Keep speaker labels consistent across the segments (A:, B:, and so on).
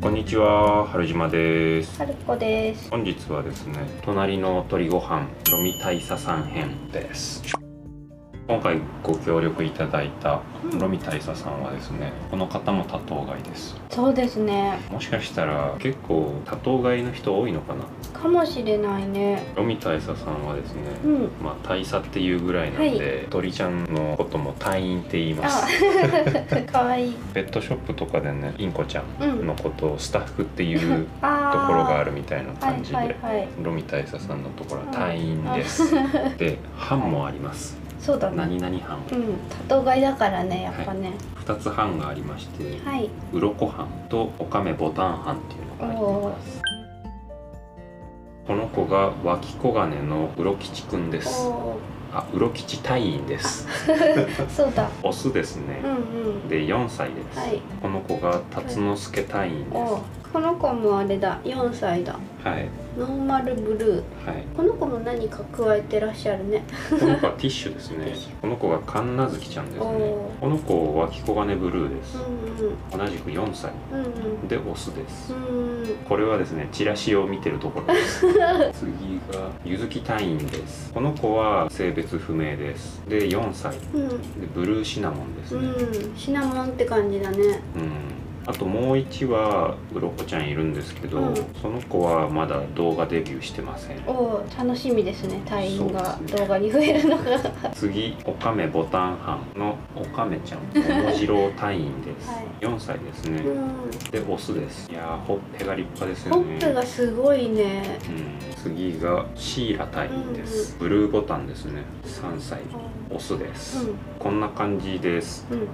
A: こんにちは、春島です。
B: はるこです。
A: 本日はですね、隣の鳥ご飯、ロミ大佐さん編です。今回ご協力いただいた
B: うん
A: ロミ大佐さんはですね、この方も多頭飼いです。
B: そうですね。
A: もしかしたら結構多頭飼いの人多いのかな。
B: かもしれないね。
A: ロミ大佐さんはですね、
B: うん。
A: まあ大佐っていうぐらいなんで、鳥ちゃんのことも隊員って言いま
B: あ
A: す。、
B: かわいい。
A: ペットショップとかでね、インコちゃんのことをスタッフっていう
B: あ
A: ところがある
B: る
A: みたいな感じで。
B: はいはいはい。
A: ロミ大佐さんのところは
B: うん
A: 隊員です。で、班もあります。
B: そうだね。
A: 何々班。
B: うん。多頭飼いだからね、やっぱね。
A: 二つ班がありまして、
B: はい。
A: 鱗班とオカメボタン班っていうのがあります。この子が脇小金のウロ吉くんで
B: お
A: す。
B: お
A: あ、ウロ吉隊員です。
B: ー。そうだ。
A: オスですね
B: う。んうん。
A: で、4歳です。
B: はい
A: この子が辰之助隊員です。
B: お
A: は
B: ーこの子もあれだ。4歳だ。
A: い。
B: ノーマルブルー。
A: はい。
B: この子も何か加えてらっしゃるね。
A: この子はティッシュですね
B: ティッシ。
A: この子が神奈月ちゃんですね
B: お。
A: この子脇小金ブルーで
B: う
A: す。
B: ん
A: 同じく4歳。
B: うん。うん
A: でオスです、
B: うん。うん。
A: これはですねチラシを見てるところです 次がゆずき隊員ですこの子は性別不明ですで4歳
B: うん。
A: でブルーシナモンですね
B: うん。シナモンって感じだね。
A: うんあともう1はうろこちゃんいるんですけど、
B: うん
A: その子はまだ動画デビューしてません
B: おおー楽しみですね隊員が
A: そうですね
B: 動画に増えるのがは
A: 次オカメボタン班のオカメちゃん桃次郎隊員です、
B: はい
A: 4歳ですね
B: い、うん
A: でオスですいやーほっぺが立派ですよ
B: ほっ
A: ね
B: ぺがすごいね
A: うん次がシーラ隊員です、ブルーボタンですね3歳オスです、
B: う
A: こんな感じです
B: んうんうん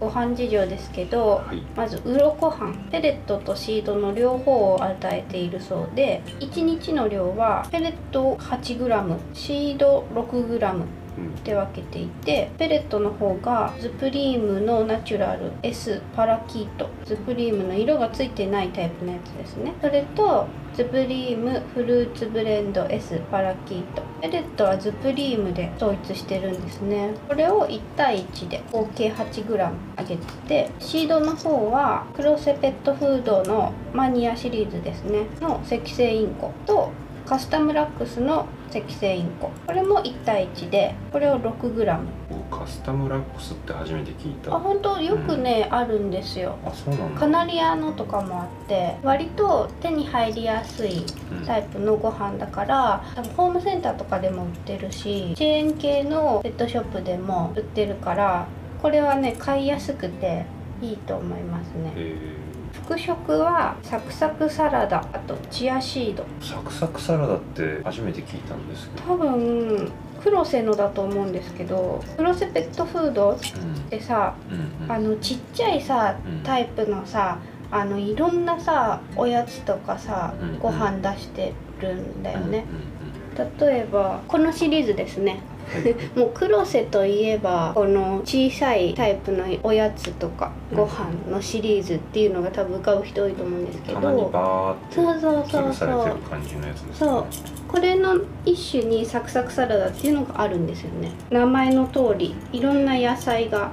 B: ご飯事情ですけど
A: はい
B: まず鱗飯ペレットとシードの両方を与えているそうで1日の量はペレット 8g シード 6g
A: うん
B: って分けていてペレットの方がズプリームのナチュラル S パラキートズプリームの色がついてないタイプのやつですねそれとズプリームフルーツブレンド S パラキートペレットはズプリームで統一してるんですねこれを1対1で合計 8g あげててシードの方はクロセペットフードのマニアシリーズですねの赤製インコとカスタムラックスの赤製インコこれも1対1でこれを 6g
A: 僕カスタムラックスって初めて聞い
B: あ
A: たあ
B: 本当よくね、あるんですよ
A: そうなんだ
B: カナリアのとかもあって割と手に入りやすい
A: うん
B: タイプのご飯だから多分ホームセンターとかでも売ってるしチェーン系のペットショップでも売ってるからこれはね買いやすくていいと思いますね
A: え
B: 副食はサクサクサラダあとチアシード
A: ーサクサクサラダって初めて聞いたんですけど
B: 多分黒瀬のだと思うんですけど黒瀬ペットフードっ
A: うん
B: てさ
A: うんうん
B: あのちっちゃいさ
A: うん
B: タイプのさあのいろんなさおやつとかさ
A: うん
B: ご飯出してるんだよね
A: うんうん
B: 例えばこのシリーズです
A: うんは
B: ね
A: い
B: もう黒瀬といえばこの小さいタイプのおやつとか
A: うん
B: ご飯のシリーズっていうのが多分浮かぶ人多いと思うんですけ
A: 棚に
B: ど
A: バーって
B: そうそう
A: 吊
B: そ
A: る
B: う
A: さ
B: そ
A: れてる
B: う
A: 感じのやつですね
B: そうこれの一種にサクサクサラダっていうのがあるんですよね名前の通りいろんな野菜が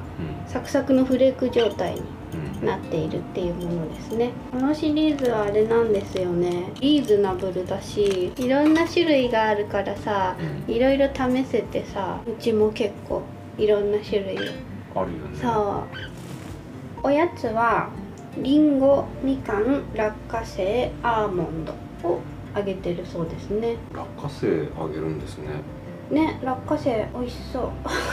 B: サクサクのフレーク状態に
A: うんうん
B: なっているっていうものですねこのシリーズはあれなんですよねリーズナブルだしいろんな種類があるからさ
A: うん
B: いろいろ試せてさうちも結構いろんな種
A: あ
B: 類を
A: るよね
B: そうおやつはりんごみかん落花生アーモンドをあげてるそうですね
A: 落花生あげるんですね
B: ね落花生美味しそう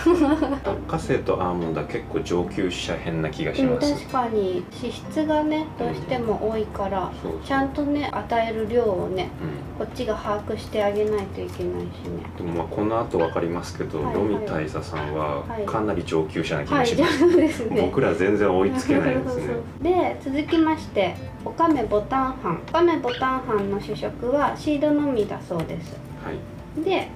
A: 落花生とアーモンドは結構上級者変な気がし
B: うん
A: ます、
B: 確かに脂質がねどうしても多いから
A: そうそう
B: ちゃんとね与える量をね
A: うん
B: こっちが把握してあげないといけないしね。
A: でもまあこの後わかりますけど、
B: はいはい
A: ロミ大佐さんは
B: はい
A: かなり上級者な気
B: は
A: が
B: い、
A: し
B: じゃ
A: ます、
B: あですね。
A: 僕ら全然追いつけないですね
B: そうそうで続きましておかめボタン飯おかめボタン飯の主食はシードのみだそうです
A: はい
B: で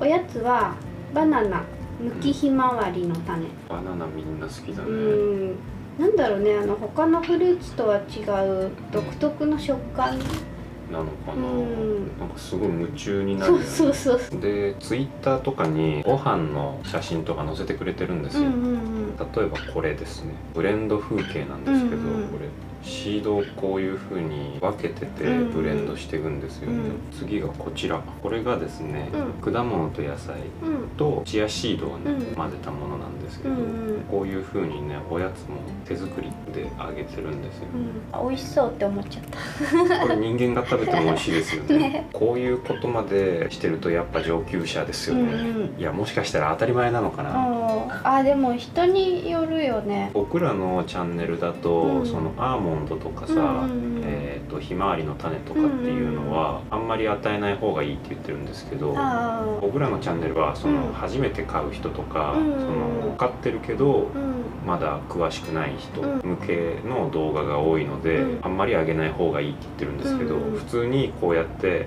B: おやつはバナナむきひまわりの種
A: バナナみんな好きだ
B: う
A: ね、
B: んなんだろうねあの他のフルーツとは違う独特の食感
A: なのか
B: う
A: な、
B: ん
A: なんかすごい夢中になる
B: そ
A: よ
B: う
A: ね
B: そうそう
A: でツイッターとかにご飯の写真とか載せてくれてるんです
B: うん
A: よ、
B: うん
A: 例えばこれですねブレンド風景なんですけど、
B: うんうん
A: これシードをこういう風に分けてて
B: うんうん
A: ブレンドしていくんですよね、
B: うん
A: 次がこちらこれがですね、
B: う
A: 果物と野菜
B: うんうん
A: とチアシードをね、
B: うん
A: 混ぜたものなんですけど、
B: うんうん
A: こういう風にねおやつも手作りであげてるんですよ、
B: うん美味しそうって思っちゃった
A: これ人間が食べても美味しいですよね
B: ね
A: こういうことまでしてるとやっぱ上級者ですよね、
B: うんうん
A: いやもしかしたら当たり前なのかな、
B: あーあでも人によるよね
A: 僕らのチャンネルだと、
B: うん
A: そのアーモンドとかさ、
B: うんうんうん
A: えー、とひまわりの種とかっていうのは、あんまり与えない方がいいって言ってるんですけど
B: ああ
A: 僕らのチャンネルはその、
B: うん
A: 初めて買う人とか、
B: うんうん
A: その買ってるけど
B: うん
A: まだ詳しくない人
B: うん
A: 向けの動画が多いので、
B: うん
A: あんまりあげない方がいいって言ってるんですけど、
B: うんうん
A: 普通にこうやって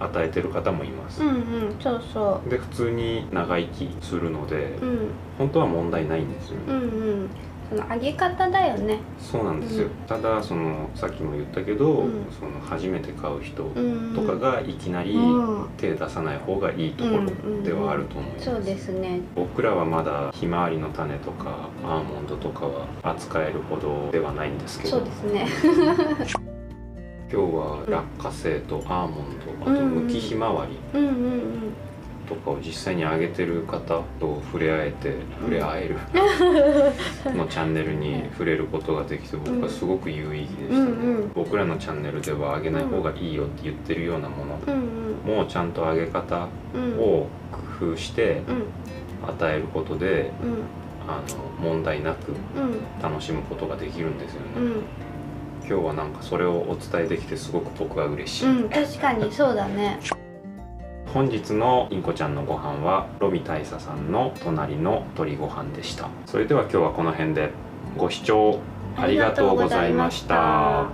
B: うん
A: 与えてる方もいます。
B: うんうんそうそ
A: で普通に長生きするので、
B: ううん
A: 本当は問題ないんですよね。
B: うんうんその揚げ方だよね
A: そうなんですよ、
B: うん
A: ただそのさっきも言ったけど、
B: うん
A: その初めて買う人
B: うん
A: とかがいきなり
B: うん
A: 手出さない方がいいところではあると思います、
B: そうですね
A: 僕らはまだひまわりの種とかアーモンドとかは扱えるほどではないんですけ
B: そう
A: ど
B: ですね
A: 今日は落花生とアーモンドあと
B: うん
A: むきひまわり
B: うんうん
A: とかを実際にあげてる方と触れ合えて触れ合え る、のチャンネルに触れることができて僕はすごく有意義でしたね、
B: うんうん
A: 僕らのチャンネルではあげない方がいいよって言ってるようなもの
B: うんうん
A: もちゃんとあげ方
B: うんうん
A: を工夫して
B: うん
A: 与えることで
B: うん
A: あの問題なく
B: うん
A: 楽しむことができるんですよね、
B: うん
A: 今日はなんかそれをお伝えできてすごく僕は嬉しい、
B: うん確かにそうだね
A: 本日のインコちゃんのご飯はロビ大佐さんの隣の鳥ご飯でしたそれでは今日はこの辺でご視聴ありがとうございました